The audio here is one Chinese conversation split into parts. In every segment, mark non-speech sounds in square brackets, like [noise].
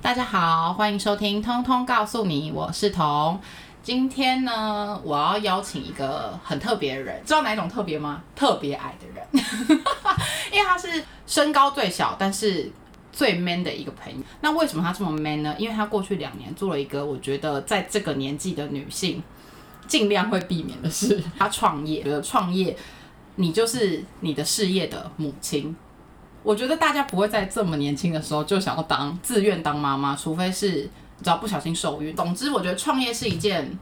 大家好，欢迎收听《通通告诉你》，我是彤。今天呢，我要邀请一个很特别的人，知道哪一种特别吗？特别矮的人， [laughs] 因为他是身高最小，但是最 man 的一个朋友。那为什么他这么 man 呢？因为他过去两年做了一个我觉得在这个年纪的女性尽量会避免的事，他创业。觉得创业，你就是你的事业的母亲。我觉得大家不会在这么年轻的时候就想要当自愿当妈妈，除非是你知道不小心受孕。总之，我觉得创业是一件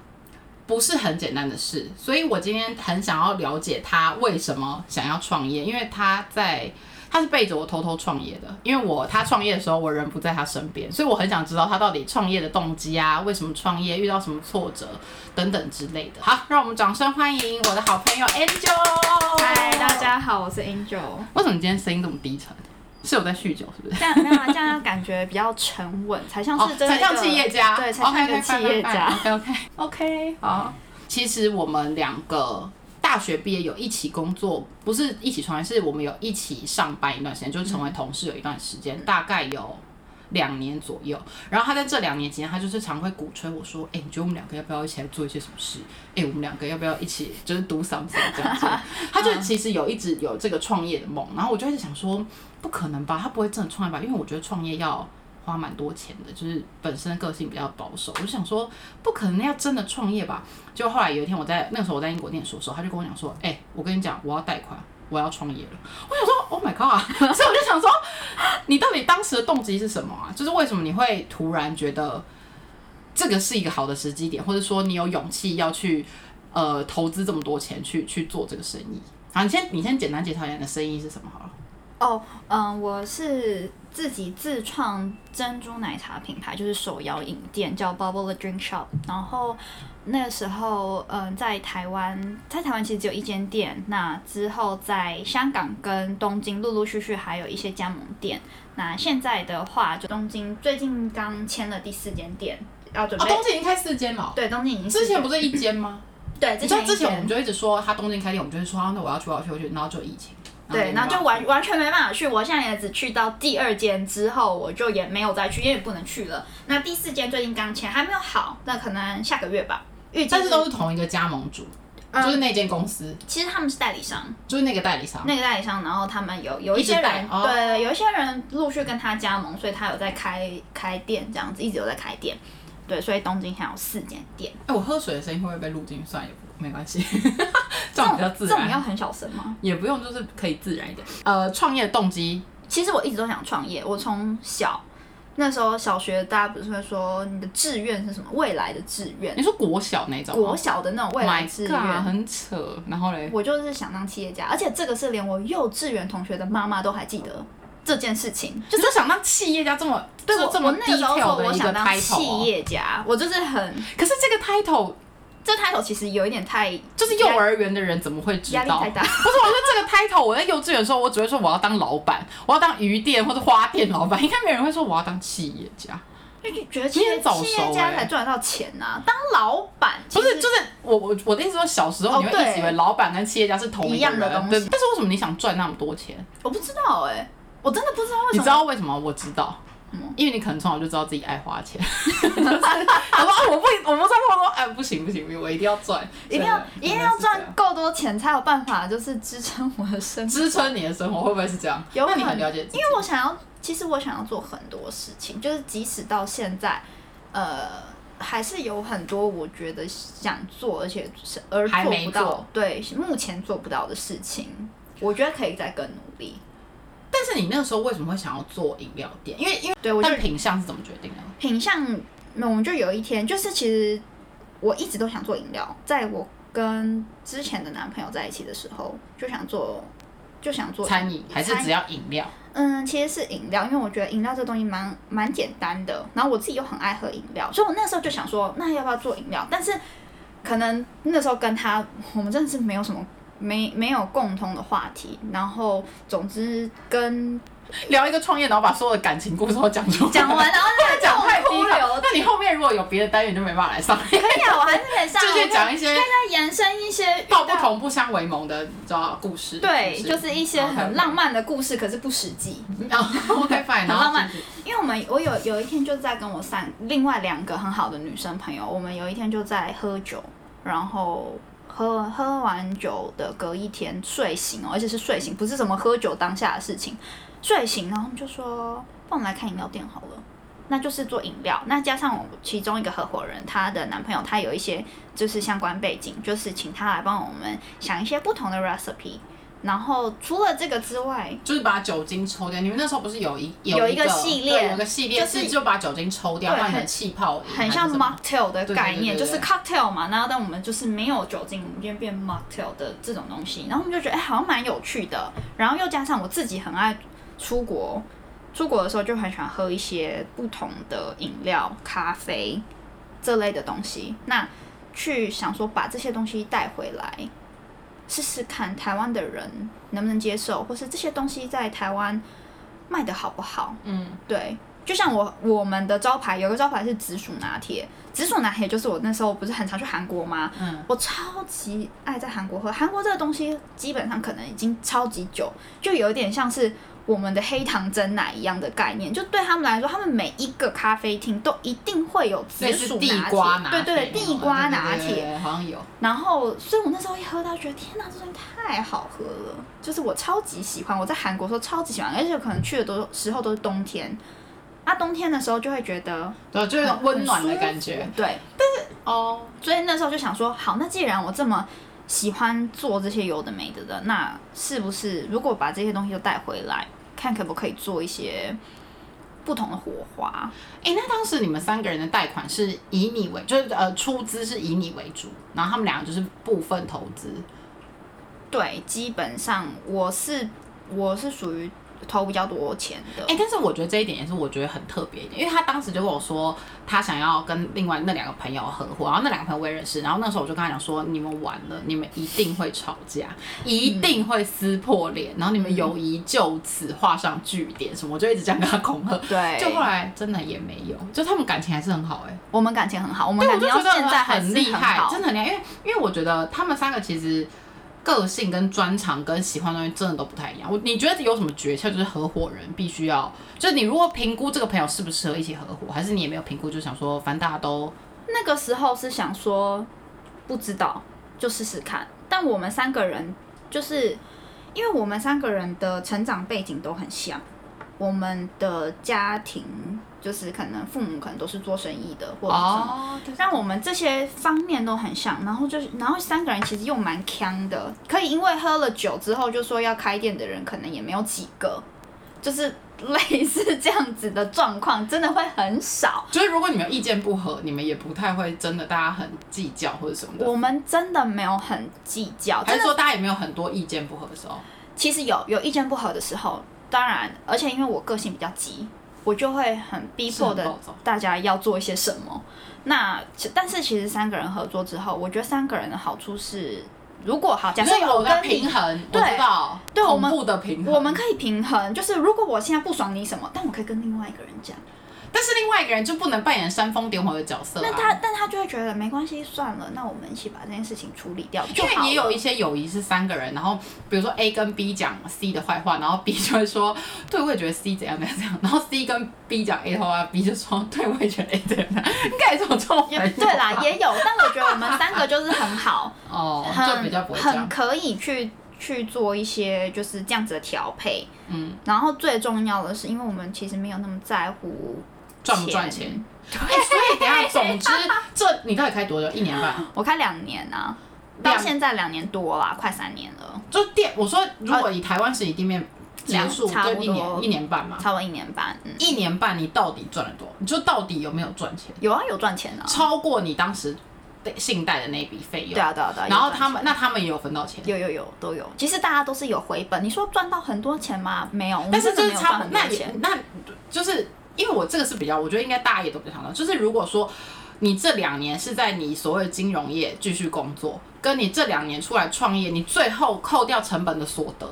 不是很简单的事，所以我今天很想要了解他为什么想要创业，因为他在他是背着我偷偷创业的，因为我他创业的时候我人不在他身边，所以我很想知道他到底创业的动机啊，为什么创业，遇到什么挫折等等之类的。好，让我们掌声欢迎我的好朋友 Angel。嗨，大。家好，我是 Angel。为什么你今天声音这么低沉？是有在酗酒是不是？这样没有啊，这样感觉比较沉稳，才像哦是，真的才一个、像企业家，对，才像一个企业家。 OK OK， OK，好。其实我们两个大学毕业有一起工作，不是一起创业，是我们有一起上班一段时间，就是成为同事有一段时间，大概有两年左右。然后他在这两年期间，他就是常会鼓吹我说：“哎、你觉得我们两个要不要一起来做一些什么事？哎、我们两个要不要一起就是 do something 这样子？”他就其实有一直有这个创业的梦，然后我就一直想说，不可能吧，他不会真的创业吧？因为我觉得创业要花蛮多钱的，就是本身个性比较保守，我就想说，不可能要真的创业吧？就后来有一天我在那个时候我在英国念书的时候，他就跟我讲说，哎、我跟你讲，我要贷款。我要创业了，我想说，Oh my god！所以我就想说，你到底当时的动机是什么啊？就是为什么你会突然觉得这个是一个好的时机点，或者说你有勇气要去呃投资这么多钱去去做这个生意？好，你先你先简单介绍一下你的生意是什么好了。哦，嗯，我是自己自创珍珠奶茶品牌，就是手摇饮店，叫 Bubble Drink Shop。然后那时候，嗯，在台湾，在台湾其实只有一间店。那之后在香港跟东京陆陆续续还有一些加盟店。那现在的话，就东京最近刚签了第四间店，要准哦，备、东京已经开 [laughs] 四间了哦，对东京已经之前不不是一间吗？对你之知道前之前我们就就一直说他东京开店，我们就会说啊，那我要去，我要去，我要去，然后就疫情。对，然后就完。完完全没办法去。我现在也只去到第二间之后，我就也没有再去，因为也不能去了。那第四间最近刚签，还没有好，那可能下个月吧。预计但是都是同一个加盟主，嗯就是那间公司，其实他们是代理商，就是那个代理商。那个代理商，然后他们有有一一直些带人，哦对，有一些人陆续跟他加盟，所以他有在开开店，这样子一直有在开店。对，所以东京还有四间店。哎、我喝水的声音会不会被录进去？算了，也不没关系， [laughs] 这样比较自这种要然，很小声吗？也不用就是可以自然一点。呃，创业动机其实我一直都想创业，我从小那时候小学，大家不是会说你的志愿是什么？未来的志愿你，说国小那种国吗小的那种未来 Oh ，My 志 God，愿。很扯。然后嘞，我就是想当企业家，而且这个是连我幼稚园同学的妈妈都还记得这件事情。就是想当企业家这么， [laughs] 对就我，这我么那低个时候调说的我一个想当 title，、企哦、业家，我就是很可是这个 title 这 title 其实有一点太就是幼儿园的人怎么会知压力道太？大，不是，我说这个 title，我在幼稚园的时候，我只会说我要当老板，我要当鱼店或者花店老板，应该没有人会说我要当企业家。因为觉得企你业很早熟企业家欸才赚得到钱呐、当老板不是，其就实是我我我的意思说，小时候哦你会一直以为对老板跟企业家是同一个样人，的东西对。但是为什么你想赚那么多钱？我不知道哎、我真的不知道为你什知么。道为什么？我知道嗯。因为你可能从小就知道自己爱花 [laughs] 钱，我说啊我不我不知道，我说哎不行不行不行，我一定要赚，一定要真的一定要真的赚是够多钱才有办法，就是支撑我的生活。这样支撑你的生活，会不会是这样？有那你可很能了解自己， [laughs] 因为我想要，其实我想要做很多事情，就是即使到现在，呃，还是有很多我觉得想做，而且是而还做没不到，做对，目前做不到的事情，我觉得可以再更努力。但是你那个时候为什么会想要做饮料店？因为因为对我就但品相是怎么决定的？品相，那我们就有一天，就是其实我一直都想做饮料，在我跟之前的男朋友在一起的时候，就想做，就想做餐饮还是只要饮 [laughs] 料？嗯，其实是饮料，因为我觉得饮料这东西蛮蛮简单的，然后我自己又很爱喝饮料，所以我那时候就想说，那要不要做饮料？但是可能那时候跟他，我们真的是没有什么没没有共同的话题，然后总之跟 [laughs] 聊一个创业，然后把所有的感情故事都讲出来， [laughs] 讲完，然后讲太低忽略了了。那你后面如果果有别的单元就没办法来上，可以啊，我还是很上。继续我可以讲一些再延伸一些遇道不到同不相为谋的，你知道故事。[laughs] 对，就是一些 OK，OK 很浪漫的故事，可是不实际。哦，OK [laughs] fine，然后浪漫继续因为我们我有有一天就在跟我三另外两个很好的女生朋友，我们有一天就在喝酒，然后喝喝完酒的隔一天睡醒哦，而且是睡醒，不是什么喝酒当下的事情，睡醒，然后他们就说帮我们来看饮料店好了。那就是做饮料，那加上我其中一个合伙人，她的男朋友他有一些就是相关背景，就是请他来帮我们想一些不同的 recipe。然后除了这个之外，就是把酒精抽掉。你们那时候不是有一有一一个个系列对有一个系列就是是就把酒精抽掉，对让你很们气泡饮啊很像还是什么 mocktail 的概对对对对对念，就是 cocktail 嘛。然后但我们就是没有酒精，我们今天变 mocktail 的这种东西。然后我们就觉得，哎、好像蛮有趣的。然后又加上我自己很爱出国，出国的时候就很喜欢喝一些不同的饮料、咖啡这类的东西。那去想说把这些东西带回来，试试看台湾的人能不能接受，或是这些东西在台湾卖的好不好。嗯，对，就像我我们的招牌有个招牌是紫薯拿铁，紫薯拿铁就是我那时候不是很常去韩国吗？嗯，我超级爱在韩国喝，韩国这个东西基本上可能已经超级久，就有点像是我们的黑糖蒸奶一样的概念，就对他们来说，他们每一个咖啡厅都一定会有紫类似薯地瓜拿拿铁，铁，对对，地瓜拿对对对铁。对好像有。然后，所以我那时候一喝到，觉得天哪，这东西太好喝了，就是我超级喜欢。我在韩国的时候超级喜欢，而且可能去的都时候都是冬天，啊，冬天的时候就会觉得对，就有很点温暖的感。很觉舒服对，哦。所以那时候就想说，好，那既然我这么喜欢做这些有的没的的，那是不是如果把这些东西都带回来，看可不可以做一些不同的火花？哎、那当时你们三个人的贷款是以你为，就是呃出资是以你为主，然后他们两个就是部分投资，对，基本上我是我是属于投比较多钱的。哎、但是我觉得这一点也是我觉得很特别一点，因为他当时就跟我说，他想要跟另外那两个朋友合伙，然后那两个朋友我也认识，然后那时候我就跟他讲说，你们完了，你们一定会吵架，一定会撕破脸，然后你们友谊就此画上句点什么，我就一直这样跟他恐吓。对，哎就后来真的也没有，就他们感情还是很好哎、我们感情很好，我们对，我感就情觉到得现在还是很厉害好，真的很厉害。因为因为我觉得他们三个其实个性跟专长跟喜欢的东西真的都不太一样。我你觉得有什么诀窍？就是合伙人必须要，就是你如果评估这个朋友适不适合一起合伙，还是你也没有评估，就想说反正大家都那个时候是想说不知道就试试看，但我们三个人就是因为我们三个人的成长背景都很像，我们的家庭就是可能父母可能都是做生意的或者是什么。哦，让我们这些方面都很像，然后就是，然后三个人其实又蛮强的，可以因为喝了酒之后就说要开店的人可能也没有几个，就是类似这样子的状况，真的会很少。就是如果你们意见不合，你们也不太会真的大家很计较或者什么的，我们真的没有很计较，还真是的说大家也没有很多意见不合的时候？其实有有意见不合的时候，当然，而且因为我个性比较急，我就会很逼迫是很的暴躁大家要做一些什么。那其但是其实三个人合作之后，我觉得三个人的好处是，如果好，假设就是有我个跟平你，衡，我对知道，对我们同步的平衡，我们可以平衡，就是如果我现在不爽你什么，但我可以跟另外一个人讲。但是另外一个人就不能扮演煽风点火的角色、啊。那他但他就会觉得没关系，算了，那我们一起把这件事情处理掉就因好了。为也有一些友谊是三个人，然后比如说 A 跟 B 讲 C 的坏话，然后 B 就会说，对，我也觉得 C 怎样怎样怎样，然后 C 跟 B 讲 A 的话，B 就说，对，我也觉得 A 怎样怎样，应该也是有这种也朋友对啦，吧也有，但我觉得我们三个就是很好，啊 [laughs] 哦，就比很较不会这很样，可以去去做一些就是这样子的调配。嗯，然后最重要的是，因为我们其实没有那么在乎赚不赚钱？。 [laughs] 哎、所以等一下，总之这你到底开多久？一年半？我开两年啊，两到现在两年多啦，快三年了，就店，我说如果以台湾实体店面结束，两差就不一多年一年半嘛。差不多一年半。嗯，一年半你到底赚了多少？你就到底有没有赚钱？有啊，有赚钱啊。超过你当时的信贷的那笔费用对？啊，对啊，对啊。然后有赚钱他们，那他们也有分到钱，有有有都有，其实大家都是有回本。你说赚到很多钱吗？没有，我们但是真就的是没有差赚不很多那也钱。那就是因为我这个是比较，我觉得应该大家也都比较想到，就是如果说你这两年是在你所谓的金融业继续工作，跟你这两年出来创业，你最后扣掉成本的所得，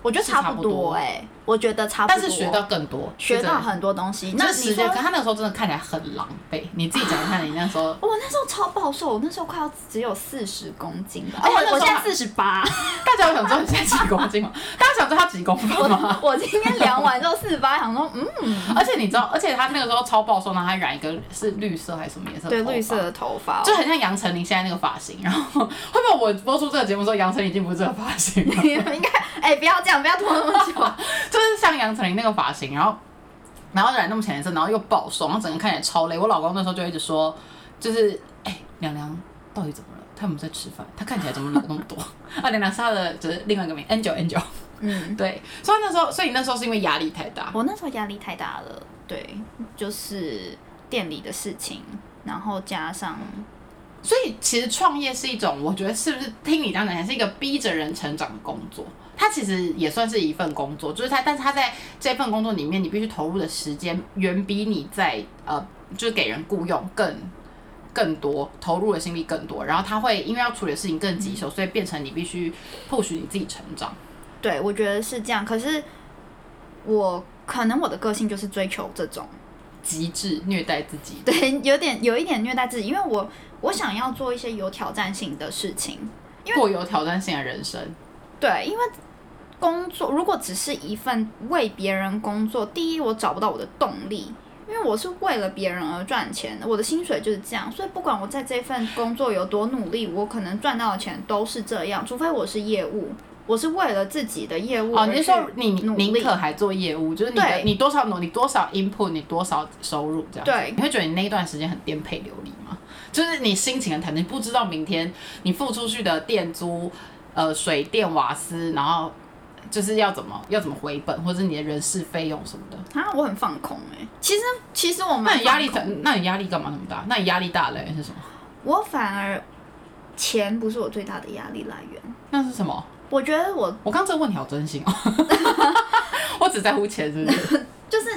我觉得是差差不不多多哎、我觉得差不多。但是学到更多，学到是真的很多东西。那那你时间，说，可他那个时候真的看起来很狼狈。你自己讲一下，你那时候我那时候超暴瘦，我那时候快要只有四十公斤吧，而且我那时候我现在还四十八，大家有想知道你现在几公斤吗？大家想知道他几公分 [laughs] 吗？我今天量完之后四十八，想说嗯，而且你知道，而且他那个时候超暴瘦，然后还染一个是绿色还是什么颜色？对，绿色。的头发，哦就很像杨丞琳现在那个发型，然后会不会我播出这个节目的时候，杨丞琳已经不是这个发型了？ [laughs] 你 [laughs] 们应该哎、不要这样，不要拖那么久。 [laughs] 就是像杨丞琳那个发型，然后然后染那么浅颜色，然后又暴瘦，然后整个看起来超累。我老公那时候就一直说，就是哎，凉、凉到底怎么了？他有没有在吃饭？他看起来怎么老那么多？啊，凉凉是他的就是另外一个名 N 九 N 九。嗯，对，所以那时候，所以你那时候是因为压力太大，我那时候压力太大了，对，就是店里的事情，然后加上所以其实创业是一种，我觉得是不是听你这样讲，是一个逼着人成长的工作。它其实也算是一份工作，就是它，但是它在这份工作里面，你必须投入的时间远比你在呃，就是给人雇佣更更多，投入的心力更多。然后它会因为要处理的事情更棘手，所以变成你必须 push 你自己成长。对，我觉得是这样。可是我可能我的个性就是追求这种， [laughs] 极致虐待自己，对，有点有一点虐待自己，因为我我想要做一些有挑战性的事情。过有挑战性的人生，对，因为工作如果只是一份为别人工作，第一我找不到我的动力。因为我是为了别人而赚钱的，我的薪水就是这样，所以不管我在这份工作有多努力，我可能赚到的钱都是这样，除非我是业务，我是为了自己的业务哦，而你是去说你努宁力可还做业务，就是你的对你多少努力多少 input，你多少收入这样子？对你会觉得你那一段时间很颠沛流离吗？就是你心情很忐忑，你不知道明天你付出去的店租、呃水电瓦斯，然后就是要怎么要怎么回本，或者是你的人事费用什么的。啊，我很放空哎、其实其实我欸那蛮你压力放空，那你压力干嘛那么大？那你压力大的来源是什么？我反而钱不是我最大的压力来源。那是什么？我觉得我我刚刚这个问题好真心哦， [laughs] 我只在乎钱，是不是？就是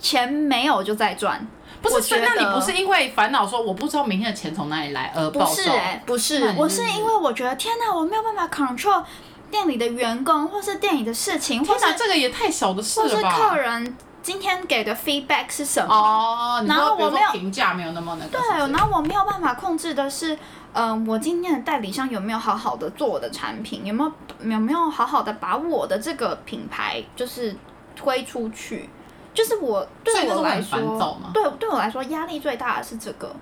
钱没有就在赚，不我是，所以觉那你得不是因为烦恼说我不知道明天的钱从哪里来而不暴啊是瘦？哎、不是那，你我就是因为我觉得天哪，我没有办法 control 店里的员工，或是店里的事情，或天是哪，啊这个也太小的事或是了吧？客人今天给的 feedback 是什么。哦，你说然后比如我说没有评价没有那么那个，对是不，是然后我没有办法控制的是，嗯、我今天的代理商有没有好好的做我的产品，有没有有没有好好的把我的这个品牌就是推出去，就是我所以对那时我候来很说烦躁吗，对对我来说压力最大的是这个，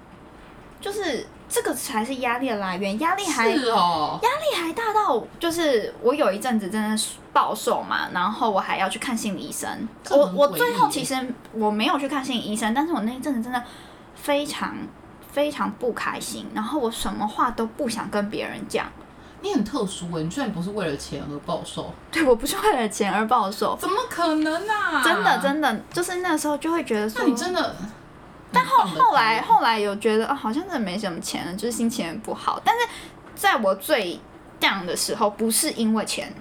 就是这个才是压力的来源，压力还是哦，力还大到，就是我有一阵子真的是暴瘦嘛，然后我还要去看心理医生。这我很我诡异最后耶其实我没有去看心理医生，但是我那一阵子真的非常非常不开心，然后我什么话都不想跟别人讲。你很特殊哎，你居然不是为了钱而暴瘦，对我不是为了钱而暴瘦，怎么可能啊？真的真的就是那时候就会觉得说那，你真的，但后很棒的后来朋友后来有觉得啊、好像真的没什么钱了，就是心情很不好。但是在我最 down 的时候，不是因为钱，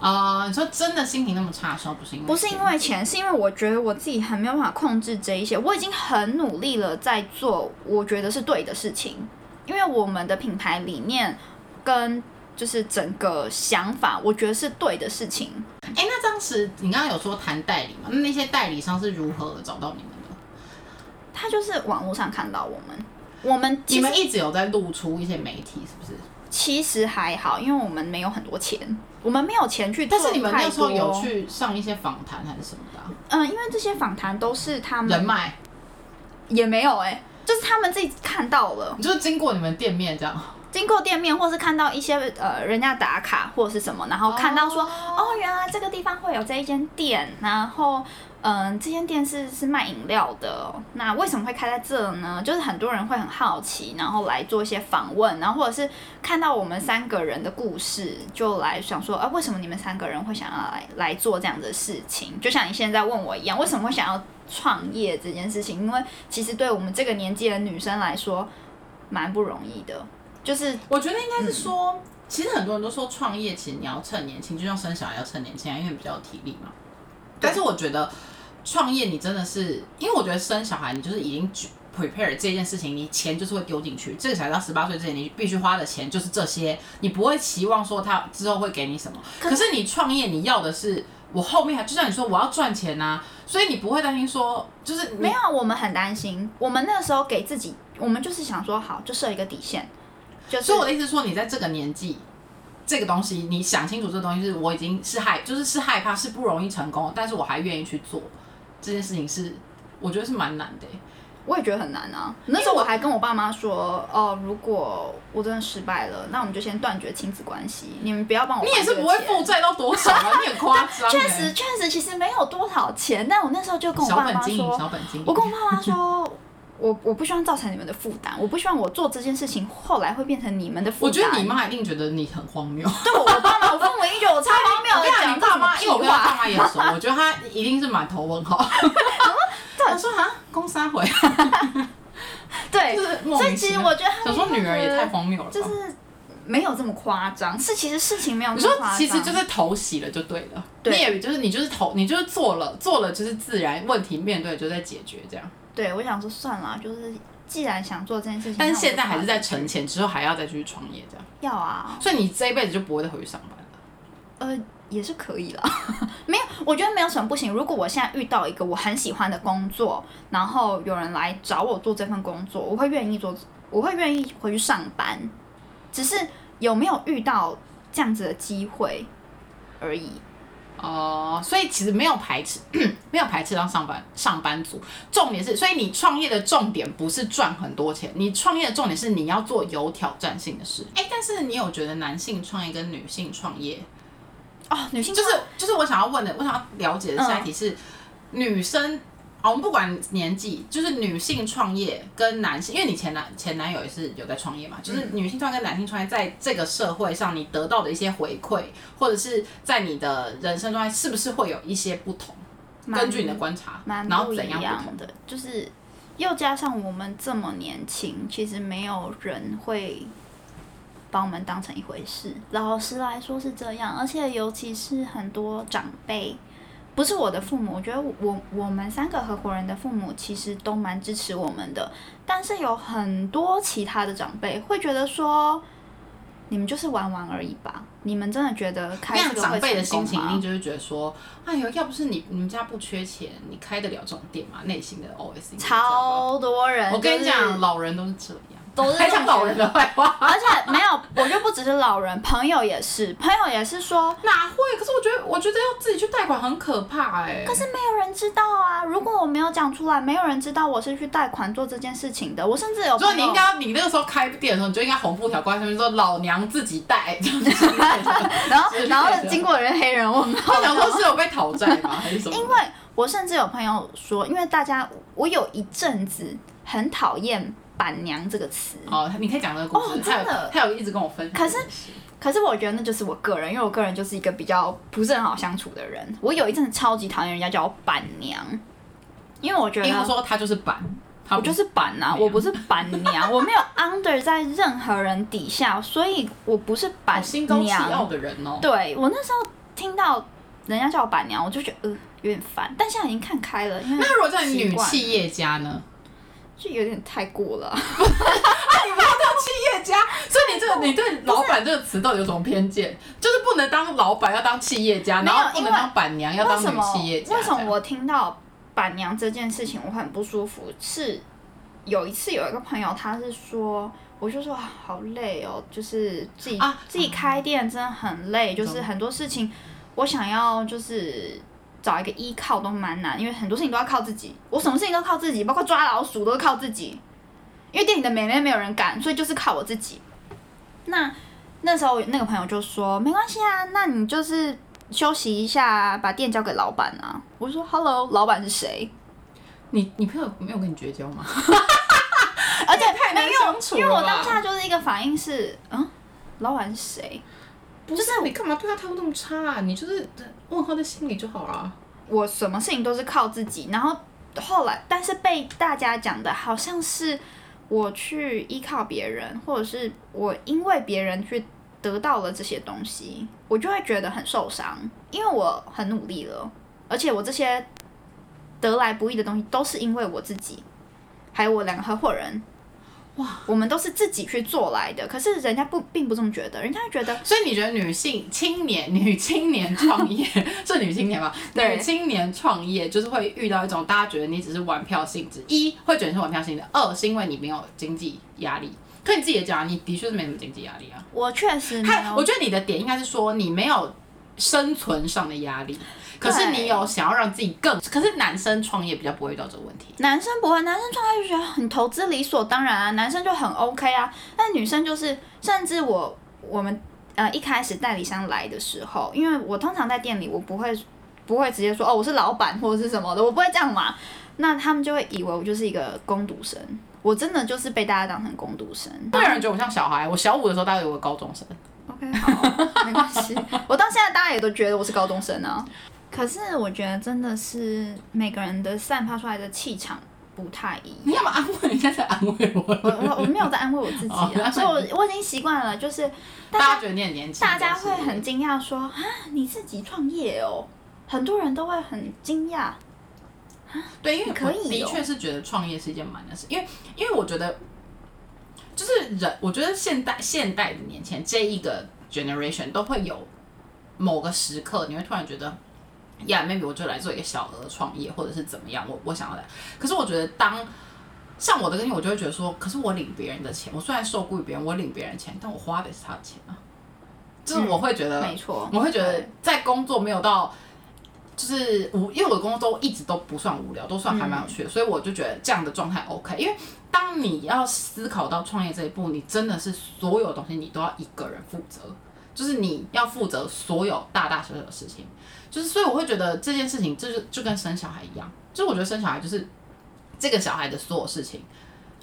啊，你说真的心情那么差的时候，不是因为不是因为钱，是因为我觉得我自己很没有办法控制这一些。我已经很努力了，在做我觉得是对的事情，因为我们的品牌理念跟就是整个想法，我觉得是对的事情。哎、那当时你刚刚有说谈代理嘛？那那些代理商是如何找到你们的？他就是网络上看到我们，我们你其实们一直有在露出一些媒体，是不是？其实还好，因为我们没有很多钱，我们没有钱去做但太多。是你们那时候有去上一些访谈还是什么的啊、嗯，因为这些访谈都是他人们脉，也没有哎、就是他们自己看到了。就是经过你们店面这样。经过店面，或是看到一些呃人家打卡或者是什么，然后看到说哦原来这个地方会有这一间店，然后嗯、这间店是是卖饮料的哦、那为什么会开在这呢？就是很多人会很好奇，然后来做一些访问，然后或者是看到我们三个人的故事，就来想说啊、为什么你们三个人会想要来来做这样的事情？就像你现在问我一样，为什么会想要创业这件事情？因为其实对我们这个年纪的女生来说，蛮不容易的。就是我觉得应该是说，其实很多人都说创业，其实你要趁年轻，就像生小孩要趁年轻啊，因为比较有体力嘛。但是我觉得创业，你真的是，因为我觉得生小孩，你就是已经决 prepare 这件事情，你钱就是会丢进去。这个小孩到十八岁之前，你必须花的钱就是这些，你不会期望说他之后会给你什么。可可是你创业，你要的是我后面还就像你说我要赚钱呐、所以你不会担心说就是你没有，啊我们很担心。我们那时候给自己，我们就是想说，好，就设一个底线，就是所以我的意思是说，你在这个年纪，这个东西你想清楚，这个东西是我已经是害，就是是害怕，是不容易成功，但是我还愿意去做这件事情是，我觉得是蛮难的欸。我也觉得很难啊。那时候我还跟我爸妈说，哦，如果我真的失败了，那我们就先断绝亲子关系，你们不要帮我。欸你也是不会负。债到多少啊？你很夸张、欸。确实，确实，其实没有多少钱，但我那时候就跟我小爸本妈经营，说，小本经营。我跟我爸妈说。我我不希望造成你们的负担，我不希望我做这件事情后来会变成你们的负我担。觉得你妈一定觉得你很荒谬。对我我爸妈，我父母一定觉得我超荒谬我跟的你讲，讲你这爸种妈，因为我屁跟他话。爸妈也熟，我觉得他一定是满头问 [laughs] 号。 [laughs] 我说哈，公三回，[laughs] 对就，是莫所名以哎其其实妙。我觉得他想们说女儿也太荒，荒谬了吧。就是没有这么夸张，是其实事情没有你这说么夸张，其实就是投洗了就对了，对你也就是你就是投你就是做了做了就是自然问题面对就在解决这样，对我想说算了，就是既然想做这件事情，但那是我就现在还是在存做钱，之后还要再继续创业这样，要啊，所以你这一辈子就不会再回去上班了。呃，也是可以啦。 [laughs] 没有，我觉得没有什么不行。如果我现在遇到一个我很喜欢的工作，然后有人来找我做这份工作，我会愿意做，我会愿意回去上班。只是有没有遇到这样子的机会而已。哦、所以其实没有排斥， [coughs] 没有排斥当上班上班族。重点是，所以你创业的重点不是赚很多钱，你创业的重点是你要做有挑战性的事。哎、但是你有觉得男性创业跟女性创业哦，女性就是就是我想要问的，我想要了解的下嗯一题是，女生啊，我们不管年纪，就是女性创业跟男性，因为你前男前男友也是有在创业嘛，嗯就是女性创业跟男性创业，在这个社会上你得到的一些回馈，或者是在你的人生中是不是会有一些不同？蛮根据你的观察，蛮然不后一怎样不样同？的，就是又加上我们这么年轻，其实没有人会把我们当成一回事。老实来说是这样，而且尤其是很多长辈，不是我的父母，我觉得我我们三个合伙人的父母其实都蛮支持我们的，但是有很多其他的长辈会觉得说。你们就是玩玩而已吧？你们真的觉得开那这样个长会辈的心成功情一吗？定就是觉得说，哎呦，要不是你你们家不缺钱，你开得了这种店吗？内心的 OS 应该是这样吧。超多人、我跟你就是讲，老人都是这样。都是还讲老人的坏话。而且没有，我就不只是老人，朋友也是，朋友也是说， [laughs] 哪会？可是我觉得，我觉得要自己去贷款很可怕哎、可是没有人知道啊。如果我没有讲出来，没有人知道我是去贷款做这件事情的。我甚至有所朋以你应友，该，你那个时候开店的时候，你就应该红布条挂在上面说“老娘自己贷”，这样 [laughs] 子。然后之类的然后经过的人黑人问号我，想说是有被讨债吗？还是什么？因为我甚至有朋友说，因为大家我有一阵子很讨厌“板娘”这个词，哦，你可以讲这个故事，哦他真的有他有一直跟我分享可这是件事。可是我觉得那就是我个人，因为我个人就是一个比较不是很好相处的人。我有一阵子超级讨厌人家叫我“板娘”，因为我觉得因为他说他就是板，他我就是是板啊，我不是板 [laughs] 娘，我没有 under 在任何人底下，所以我不是板好心高气傲娘。的人哦。对我那时候听到人家叫我板娘，我就觉得呃有点烦，但现在已经看开了，因为那如果在习女惯企业家呢？就有点太过了。企业家，所以你这你对老板这个词到底有什么偏见？就是不能当老板，要当企业家，没然有后不能因为当板娘，要为当什女么？企业家。为什这么样我听到板娘这件事情我会很不舒服？是有一次有一个朋友他是说。我就说啊好累哦，就是自己、啊自己开店真的很累，就是很多事情我想要就是找一个依靠都蛮难，因为很多事情都要靠自己，我什么事情都靠自己，包括抓老鼠都是靠自己，因为店里的妹妹没有人敢，所以就是靠我自己。那那时候那个朋友就说没关系啊，那你就是休息一下啊，把店交给老板啊。我就说 Hello，老板是谁？你你朋友没有跟你绝交吗？而且太难没有相处了因为我吧当下就是一个反应是，嗯，老板是谁？不是你干嘛对他态度那么差、啊？你就是问号在心里就好了。我什么事情都是靠自己，然后后来，但是被大家讲的好像是我去依靠别人，或者是我因为别人去得到了这些东西，我就会觉得很受伤，因为我很努力了，而且我这些得来不易的东西都是因为我自己，还有我两个合伙人。哇，我们都是自己去做来的，可是人家不并不这么觉得，人家觉得所以你觉得女性青年、女青年创业 [laughs] 是女青年吧？对女青年创业就是会遇到一种大家觉得你只是玩票性质，一会觉得你是玩票性质，二是因为你没有经济压力。可你自己也讲啊，你的确是没什么经济压力啊。我确实没看，有我觉得你的点应该是说你没有生存上的压力，可是你有想要让自己更，可是男生创业比较不会遇到这个问题。男生不会，男生创业就觉得很投资理所当然啊，男生就很 OK 啊。但女生就是，甚至我我们呃一开始代理商来的时候，因为我通常在店里我不会不会直接说哦我是老板或者是什么的，我不会这样嘛。那他们就会以为我就是一个工读生，我真的就是被大家当成工读生。会有人觉得我像小孩，我小五的时候大概有个高中生。 OK，好，没关 [laughs] 系。我到现在大家也都觉得我是高中生啊。可是我觉得真的是每个人的散发出来的气场不太一样。你干嘛安慰人家在安慰我我？我我没有在安慰我自己哦啊，所以我我已经习惯了，就是大家觉得你很年轻，大家就会是很惊讶说啊，你自己创业哦，很多人都会很惊讶。对，因为可以我的哦确是觉得创业是一件蛮难的事，因为因为我觉得就是人，我觉得现代现代的年轻人这一个 generation 都会有某个时刻，你会突然觉得。呀、yeah,，maybe 我就来做一个小额创业，或者是怎么样，我我想要来。可是我觉得当像我的个性，我就会觉得说，可是我领别人的钱，我虽然受雇于别人，我领别人的钱，但我花的是他的钱啊。就是我会觉得，嗯没错，我会觉得对在工作没有到，就是无，因为我的工作一直都不算无聊，都算还嗯蛮有趣的，所以我就觉得这样的状态 OK。因为当你要思考到创业这一步，你真的是所有东西你都要一个人负责，就是你要负责所有大大小小的事情，就是所以我会觉得这件事情就是就跟生小孩一样，就是我觉得生小孩就是这个小孩的所有事情。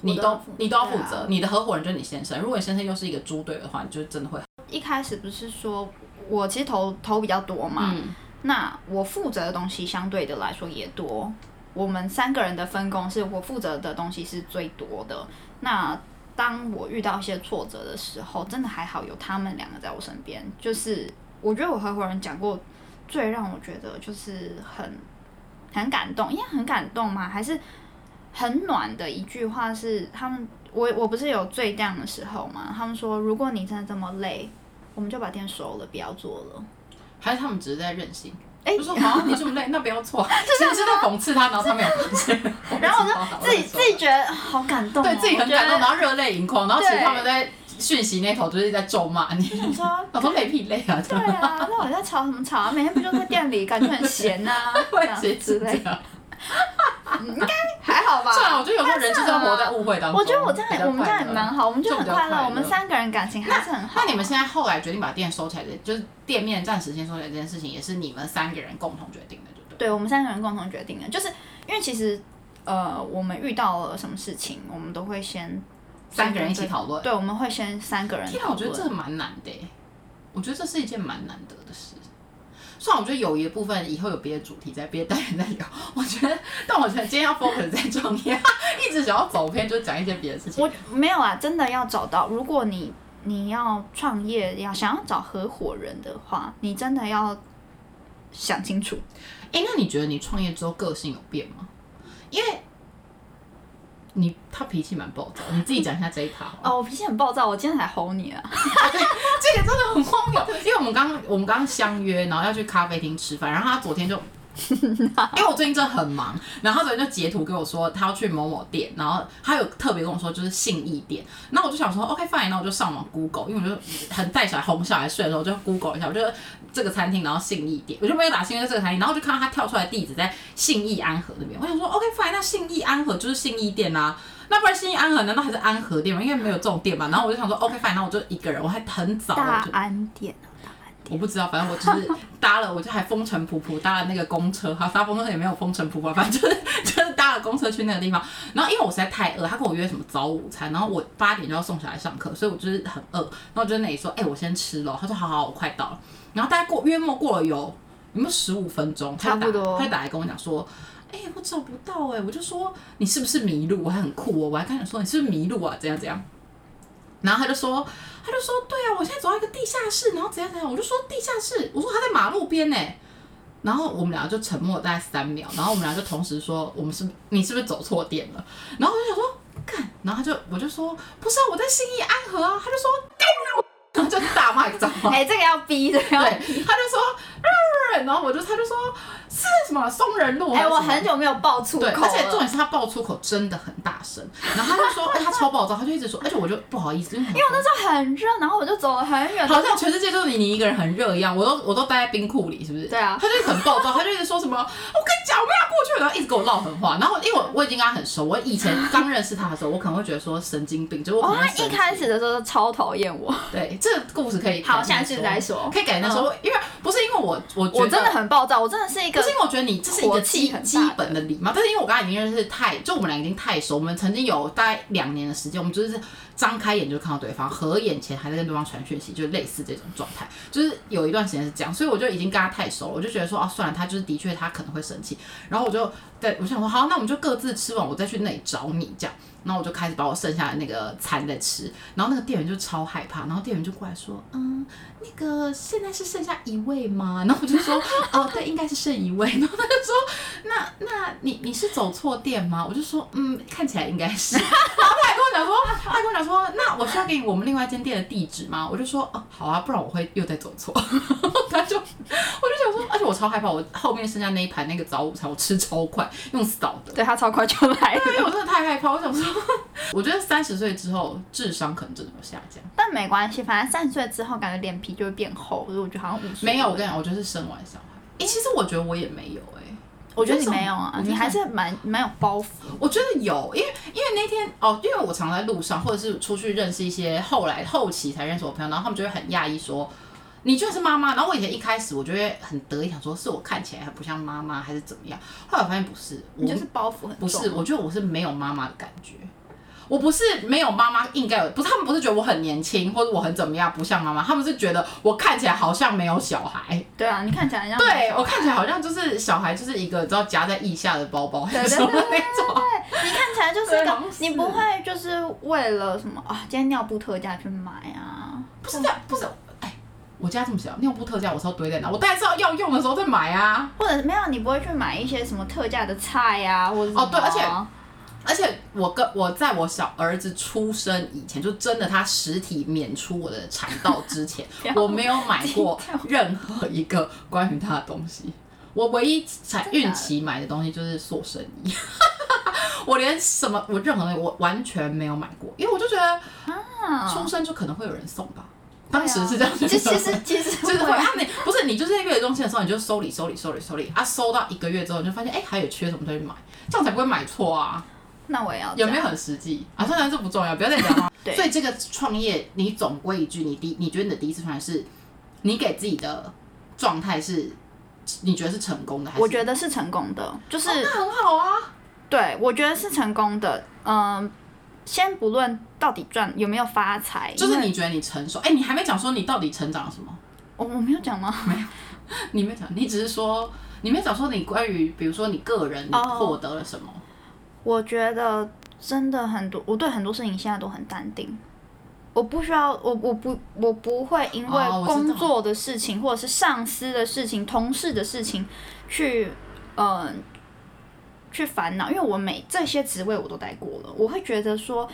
你我都都要你都要负负责责，对啊你的合伙人就是你先生。如果你先生又是一个猪队友的话，你就真的会一开始不是说我其实投投比较多嘛，嗯那我负责的东西相对的来说也多。我们三个人的分工是我负责的东西是最多的。那当我遇到一些挫折的时候，真的还好有他们两个在我身边。就是我觉得我合伙人讲过，最让我觉得就是很很感动，因为很感动嘛，还是很暖的一句话是他们，我我不是有最 down 的时候嘛，他们说如果你真的这么累，我们就把店收了，不要做了。还是他们只是在任性？哎就说好，啊你这么累，那不要 [laughs] 错，其实是在讽刺他，然后他没有发现，哎然后我我就自己自己觉得好感动、哦， [laughs] 对自己很感动，然后我热泪盈眶，然后其实对他们在讯息那头就是在咒骂你， [laughs] 觉得。我想说，我说累屁累啊，对啊，那我在吵什么吵啊？每天不就在店里，感觉很闲 [laughs] 呐、啊，[laughs] 这会样其实之是这类的，样。 [laughs] 还好吧？啊算了，我觉得有时候人就是要活在误会当中。我觉得我这样比也，较我们这样也快乐蛮好，我们就很快就比较乐，快乐我们三个人感情还是很好。那你们现在后来决定把店收起来的，就是店面暂时先收起来这件事情，也是你们三个人共同决定的，对不对？对我们三个人共同决定的，就是因为其实呃，我们遇到了什么事情，我们都会先三个人一起讨论。对，我们会先三个人天啊，讨我觉得这论。蛮难的欸，我觉得这是一件蛮难得的事。虽然我觉得友谊的部分以后有别的主题在别的单元再聊，我觉得，但我觉得今天要 focus 在创业， [laughs] 一直想要走偏，就讲一些别的事情。我没有啊，真的要找到，如果你你要创业，要想要找合伙人的话，你真的要想清楚。哎、那你觉得你创业之后个性有变吗？因为你他脾气蛮暴躁，你自己讲一下这一趴好 [laughs] 了。哦，我脾气很暴躁，我今天还吼你啊！这个真的很荒谬，因为我们刚我们刚刚相约，然后要去咖啡厅吃饭，然后他昨天就， [laughs] 因为我最近真的很忙，然后他昨天就截图给我说他要去某某店，然后他有特别跟我说就是信义店，然后我就想说 OK fine，然后我就上网 Google，因为我就很带小孩哄小孩睡的时候就 Google 一下，我就这个餐厅，然后信义店，我就没有打信义这个餐厅，然后就看到他跳出来地址在信义安和那边，我想说 OK fine，那信义安和就是信义店啦、那不然信义安和难道还是安和店吗？应该没有这种店吧？然后我就想说，OK fine，那我就一个人，我还很早，我大就安店啊，大安店。我不知道，反正我就是搭了，我就还风尘仆仆搭了那个公车，哈，搭公车也没有风尘仆仆，反正就是就是搭了公车去那个地方。然后因为我实在太饿，他跟我约什么早午餐，然后我八点就要送小孩上课，所以我就是很饿。然后我就在那里说，哎、我先吃咯。他说好好，我快到了。然后大概过约莫过了有有没有十五分钟，他就打差不多他就打来跟我讲说。哎、我找不到哎、我就说你是不是迷路？我还很酷哦，我还跟他说你是不是迷路啊？怎样怎样？然后他就说，他就说，对啊，我现在走到一个地下室，然后怎样怎样，我就说地下室，我说他在马路边呢、然后我们俩就沉默大概三秒，然后我们俩就同时说：“我们是不你是不是走错店了？”然后我就想说：“干！”然后他就我就说：“不是啊，我在信义安和啊。”他就说：“干你！”然后就大骂一张。哎、这个要逼，这哦个要对，他就说，呃然后我就他就说是什么松仁路，哎、还是我什么很久没有爆粗口对，了。而且重点是他爆粗口真的很大声，然后他就说，哎、他超暴躁，他就一直说，而且我就不好意思，因为因为我那时候很热，然后我就走了很 [laughs] 远，好像全世界就是你你一个人很热一样，我都我都待在冰库里，是不是？对啊他就很暴躁，他就一直说什么，我跟你讲，我们要过去，然后一直跟我唠狠话，然后因为我我已经跟他很熟，我以前刚认识他的时候，我可能会觉得说神经病，就是我可哦，能会他一生气开始的时候超讨厌我，对这个故事可以好，改天下次再说。可以改天再说，因为不是因为我我觉我得真的很暴躁，我真的是一可个是因为我觉得你这是一火个气基很大基本的礼貌，但是因为我刚才已经认识太，就我们俩已经太熟，我们曾经有大概两年的时间，我们就是张开眼就看到对方，合眼前还在跟对方传讯息，就类似这种状态，就是有一段时间是这样，所以我就已经跟他太熟了，我就觉得说啊，算了，他就是的确他可能会生气，然后我就对我想说好，那我们就各自吃完，我再去那里找你这样。然后我就开始把我剩下的那个餐在吃，然后那个店员就超害怕，然后店员就过来说，嗯，那个现在是剩下一位吗？然后我就说，哦，对，应该是剩一位。然后他就说，那那你你是走错店吗？我就说，嗯，看起来应该是。然后他还跟我讲说，他还跟我讲说，那我需要给你我们另外一间店的地址吗？我就说，哦，好啊，不然我会又再走错。他就，我就想说，而且我超害怕，我后面剩下那一盘那个早午餐我吃超快，用扫的。对他超快就来因为了，我真的太害怕，我想说， [laughs] 我觉得三十岁之后智商可能真的有下降。但没关系，反正三十岁之后感觉脸皮就会变厚，所以我觉得好像五十没有，我跟你讲，我就是生完小孩。哎、其实我觉得我也没有哎、我觉得你没有啊我，觉得你还是蛮蛮有包袱。我觉得有，因为因为那天哦，因为我常在路上或者是出去认识一些后来后期才认识我朋友，然后他们就会很讶异说。你居然是妈妈，然后我以前一开始我就会很得意，想说是我看起来很不像妈妈还是怎么样，后来我发现不是，我你就是包袱很重，不是，我觉得我是没有妈妈的感觉。我不是没有妈妈应该有，不是他们不是觉得我很年轻或者我很怎么样不像妈妈，他们是觉得我看起来好像没有小孩，对啊，你看起来像对我看起来好像就是小孩就是一个你知道夹在腋下的包包还是什么那种，你看起来就是一对个好像，是你不会就是为了什么啊？今天尿布特价去买啊？不是这样，不是，哎，我家这么小，尿布特价我是要堆在哪？我当然是要要用的时候再买啊。或者没有，你不会去买一些什么特价的菜呀、或者什么，哦对而且而且我跟我在我小儿子出生以前，就真的他实体免出我的产道之前 [laughs] 我没有买过惊任何一个关于他的东西。我唯一产真的假的孕期买的东西就是塑身衣， [laughs] 我连什么我任何东西我完全没有买过，因为我就觉得出啊，生就可能会有人送吧，当时是这样觉就得。其实其实 [laughs] 就是 [laughs] 会会啊，你不是你就是在月中心的时候，你就收理收理收理收理啊，收到一个月之后，你就发现哎、还有缺什么东西买，这样才不会买错啊。那我也要这有样。没有？很实际啊？当然这不重要，不要再讲了哦 [laughs] 对所以这个创业，你总归一句，你第你觉得你的第一次创业是，你给自己的状态是，你觉得是成功的还是？我得觉得是成功的，就是、那很好啊。对我觉得是成功的。嗯，先不论到底赚有没有发财，就是因为你觉得你成熟，哎、你还没讲说你到底成长了什么？我我没有讲吗？你没讲，你只是说你没有讲说你关于比如说你个人你哦获得了什么。我觉得真的很多，我对很多事情现在都很淡定。我不需要，我我不我不会因为哦我知道工作的事情，或者是上司的事情、同事的事情去，嗯、去烦恼，因为我每这些职位我都待过了，我会觉得说，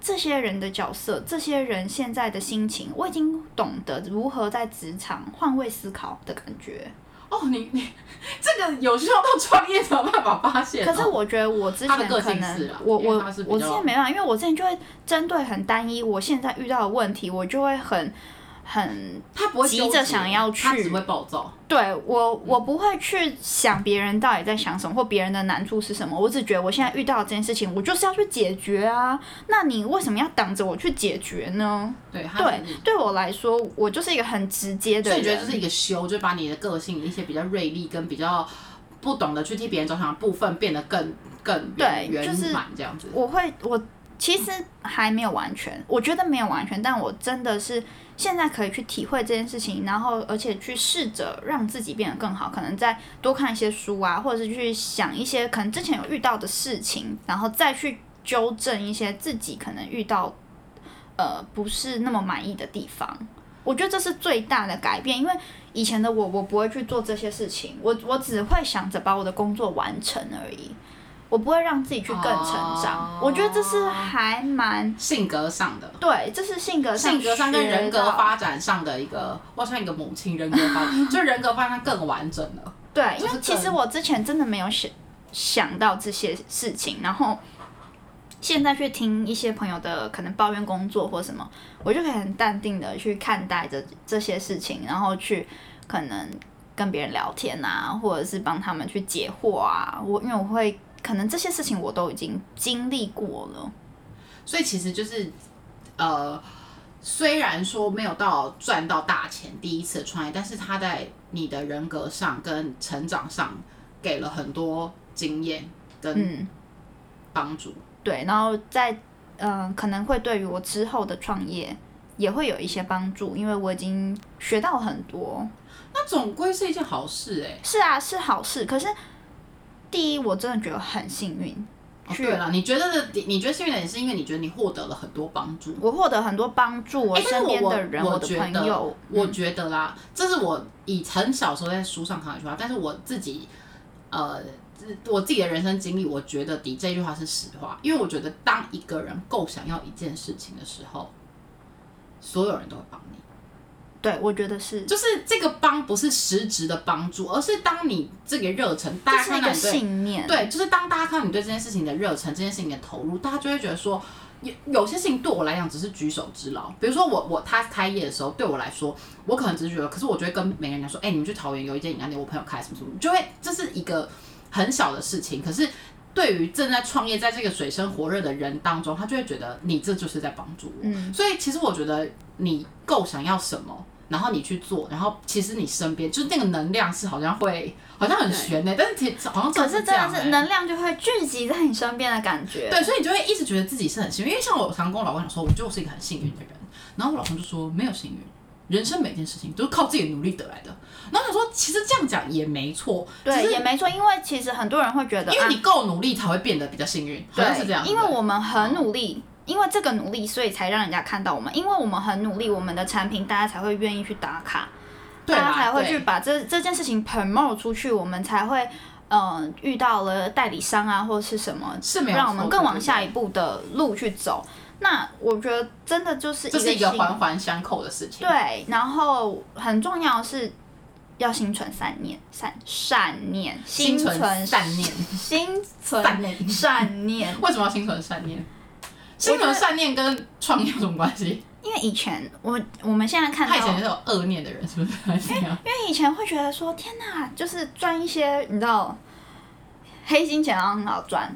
这些人的角色，这些人现在的心情，我已经懂得如何在职场换位思考的感觉。哦，你你这个有需要到创业才有办法发现、哦可是我觉得我之前他的个可性是能啦我因为我他是比较我之前没办法，因为我之前就会针对很单一，我现在遇到的问题，我就会很很他不会急纠着结想要他去只会暴躁。对我嗯我不会去想别人到底在想什么或别人的难处是什么，我只觉得我现在遇到的这件事情，我就是要去解决啊。那你为什么要挡着我去解决呢？对，他对只，对我来说，我就是一个很直接的所以人。你觉得这是一个修，就把你的个性一些比较锐利跟比较不懂得去替别人着想的部分变得更更对圆就是圆满这样子。我会，我其实还没有完全，我觉得没有完全，但我真的是现在可以去体会这件事情，然后而且去试着让自己变得更好，可能再多看一些书啊，或者是去想一些可能之前有遇到的事情，然后再去纠正一些自己可能遇到呃不是那么满意的地方。我觉得这是最大的改变，因为以前的我，我不会去做这些事情，我我只会想着把我的工作完成而已，我不会让自己去更成长。哦我觉得这是还蛮性格上的。对，这是性格上性格上跟学人格到发展上的一个，我像一个母亲人格发 [laughs] 展，就人格发展更完整了。对，因就为是其实更我之前真的没有想想到这些事情，然后现在去听一些朋友的可能抱怨工作或什么，我就可以很淡定的去看待这这些事情，然后去可能跟别人聊天啊，或者是帮他们去解惑啊。我因为我会可能这些事情我都已经经历过了，所以其实就是，呃，虽然说没有到赚到大钱第一次创业，但是他在你的人格上跟成长上给了很多经验跟嗯，帮助。对，然后在嗯、呃可能会对于我之后的创业也会有一些帮助，因为我已经学到很多。那总归是一件好事哎、是啊，是好事。可是，第一，我真的觉得很幸运，哦，去对了，你觉得的，你你觉得幸运的也是因为你觉得你获得了很多帮助。我获得很多帮助，我哎但是身边我的人、我的觉朋得友，我觉得啦，这是我以很小时候在书上看到一句话，但是我自己，呃，自我自己的人生经历，我觉得的这句话是实话，因为我觉得当一个人够想要一件事情的时候，所有人都会帮你。对我觉得是，就是这个帮不是实质的帮助，而是当你这个热忱，大这家是一看到个你对信念。对，就是当大家看到你对这件事情的热忱、这件事情的投入，大家就会觉得说，有有些事情对我来讲只是举手之劳。比如说我我他开业的时候，对我来说，我可能只是觉得，可是我就会跟每个人讲说，哎、你们去桃园有一间饮料店，我朋友开什么什么，就会这是一个很小的事情，可是。对于正在创业，在这个水深火热的人当中，他就会觉得你这就是在帮助我。嗯，所以其实我觉得你够想要什么，然后你去做，然后其实你身边就是那个能量是好像会好像很悬呢、但是其实好像可是是真这样、的欸、是能量就会聚集在你身边的感觉。对，所以你就会一直觉得自己是很幸运。因为像我常跟我老公讲说，我就是一个很幸运的人，然后我老公就说没有幸运。人生每件事情都是靠自己的努力得来的。然后他说，其实这样讲也没错，只对，是也没错，因为其实很多人会觉得，因为啊你够努力才会变得比较幸运，好像是这样。因为对不对我们很努力，因为这个努力，所以才让人家看到我们。因为我们很努力，我们的产品大家才会愿意去打卡，对大啦家才会对去把这这件事情 promote 出去，我们才会。嗯，遇到了代理商啊，或者是什么，是没有让我们错更对往对下对一步的路去走。那我觉得真的就是一这个是一个心环环相扣的事情。对，然后很重要的是要心存善念，善善念，心存善念，心存善念善念，为什么要心存善念？心存善念跟创业有什么关系？因为以前我我们现在看到，他以前因是有恶念的人，是不是？还是 [laughs] 这样？为以前会觉得说，天哪，就是赚一些你知道黑心钱好像很好赚，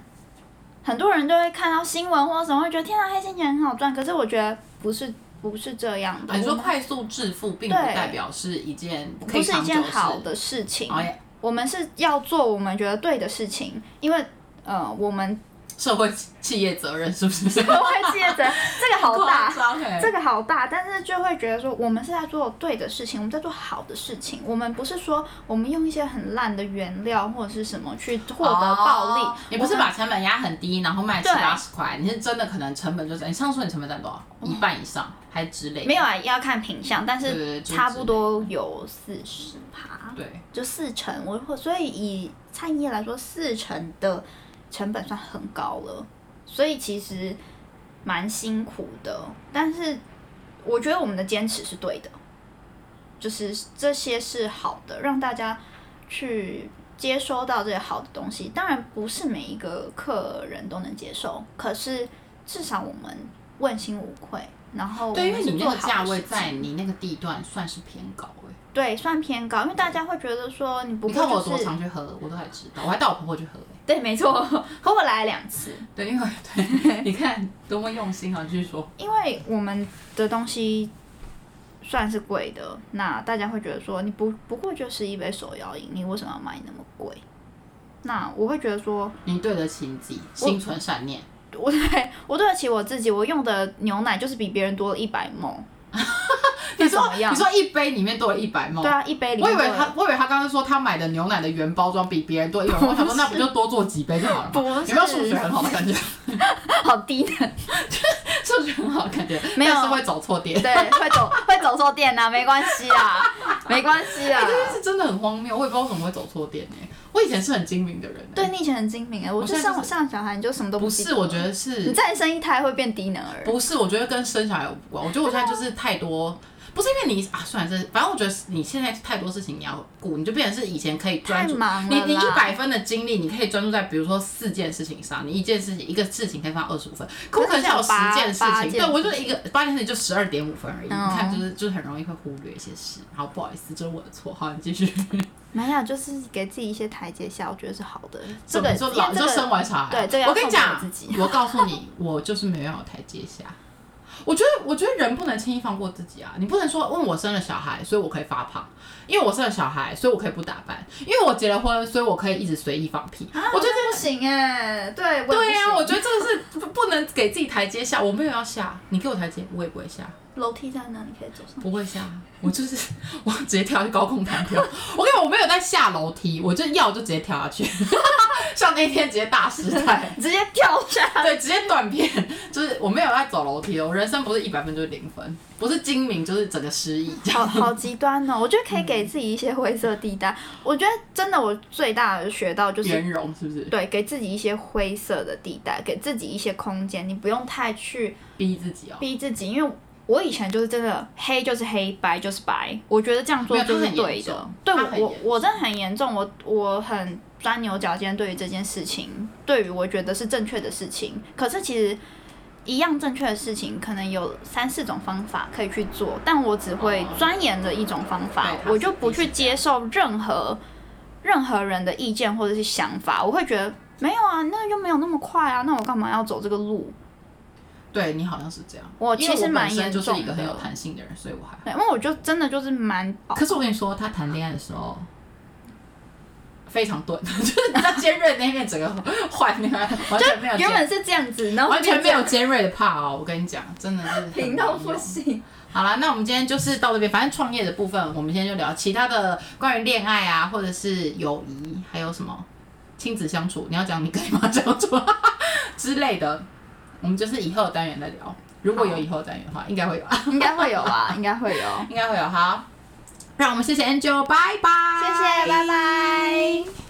很多人都会看到新闻或者什么，会觉得天哪，黑心钱很好赚。可是我觉得不是不是这样的，啊你说我们快速致富，并不对代表是一件可不以是一长久件事好。的事情，哦耶我们是要做我们觉得对的事情，因为呃，我 [laughs] 们社会企业责任是不是？都会记得这个 [laughs] 好大夸。张欸这个好大，但是就会觉得说，我们是在做对的事情，我们在做好的事情，我们不是说我们用一些很烂的原料或者是什么去获得暴利，哦你不是我们把成本压很低，然后卖七对八十块，你是真的可能成本就是你上次说你成本占多少？哦一半以上还之类的？没有啊，要看品相，但对对对是就是差不多有四十趴，对，就四成，我会所以以餐饮业来说，四成的成本算很高了，所以其实蛮辛苦的，但是我觉得我们的坚持是对的，就是这些是好的，让大家去接收到这些好的东西。当然不是每一个客人都能接受，可是至少我们问心无愧。然后对，因为哦我们是你那做个好价的位事在情你那个地段算是偏高欸对算偏高，因为大家会觉得说你不你过看我有就多是常去喝，我都还知道，我还带我婆婆去喝欸对，没错， [laughs] 和我来了两次，对，因为 [laughs] 对，你看多么用心啊！继续说，因为我们的东西算是贵的，那大家会觉得说，你不不过就是一杯手摇饮，你为什么要买那么贵？那我会觉得说， [laughs] 你对得起你自己，哦我心存善念。我对我对得起我自己，我用的牛奶就是比别人多了一百毛。你那怎说，么样你说一杯里面多了一百梦对。啊，一杯里哦我面以多为了他，我以为他刚刚说他买的牛奶的原包装比别人多一 [laughs] 百 ml，我想说那不就多做几杯就好了吗？不是 [laughs] 有没有数学很好的感觉？好低能，数觉得很好感觉，没有但是会走错店。对，会走 [laughs] 会走错店呐、没关系 [laughs] 啦，没关系啊啦。但是真的很荒谬，我也不知道为什么会走错店哎、我以前是很精明的人、欸，对，你以前很精明哎，我我就现在上就是上小孩，你就什么都不记是，得我觉得你是再生一胎会变低能儿。不是？我觉得跟生小孩有关。我觉得我现在就是太多，不是因为你啊，算了，这反正我觉得你现在太多事情你要顾，你就变成是以前可以专太注。忙你了你一啦百分的精力，你可以专注在比如说四件事情上，你一件事情一个事情可以放二十五分，可我可能现在有八十件事八情，件对我就一个八件事情就十二点五分而已，嗯你看就是就是很容易会忽略一些事，好不好意思，这是我的错，好你继续。没有，就是给自己一些台阶下，我觉得是好的。这怎个么说因为老这就个生完小孩，对这个要我跟你讲控制自己，我告诉你，我就是没有要有台阶下。我觉得，我觉得人不能轻易放过自己啊！你不能说，问我生了小孩，所以我可以发胖；因为我生了小孩，所以我可以不打扮；因为我结了婚，所以我可以一直随意放屁。啊我觉得，不行哎，对，对呀、呀、我觉得这个是不不能给自己台阶下。我没有要下，你给我台阶，我也不会下。楼梯在哪？你可以走 [laughs] 上。不会下，我就是我直接跳下去高空弹跳。我跟你讲，我没有在下楼梯，我就要就直接跳下去， [laughs] 像那天直接大失态。直接跳下，对，直接断片，就是我没有在走楼梯哦，我人生不是一百分就是零分，不是精明就是整个失忆。好好极端哦！我觉得可以给自己一些灰色地嗯带。我觉得真的，我最大的学到就是圆融是不是？对，给自己一些灰色的地带，给自己一些空间，你不用太去逼自己哦，逼自己，因为。我以前就是真的黑就是黑，白就是白，我觉得这样做没有就他是很对严的重。对他很我严，我真的很严重，我我很钻牛角尖，对于这件事情，对于我觉得是正确的事情，可是其实一样正确的事情，可能有三四种方法可以去做，但我只会哦钻研的一种方法对，它我是就不必须去接受任何任何人的意见或者是想法，我会觉得没有啊，那又没有那么快啊，那我干嘛要走这个路？对你好像是这样。我因为其实本蛮身严就是重一个很有的弹性的人，所以我还好。对，因为我就真的就是蛮，可是我跟你说，他谈恋爱的时候。非常钝， [laughs] 就是他尖锐那一面整个换那个，完全没有原尖，本是这样子，然后完全没变有尖锐的怕哦。我跟你讲，真的是很哦这样平到没不用行。好啦，那我们今天就是到这边，反正创业的部分我们今天就聊，其他的关于恋爱啊，或者是友谊，还有什么亲子相处，你要讲你跟你妈相处之类的，我们就是以后的单元再聊。如果有以后的单元的话，应该会有啊， [laughs] 应该会有啊，应该会有。应该会有。好，让我们谢谢 Angel，拜拜，谢谢，拜拜。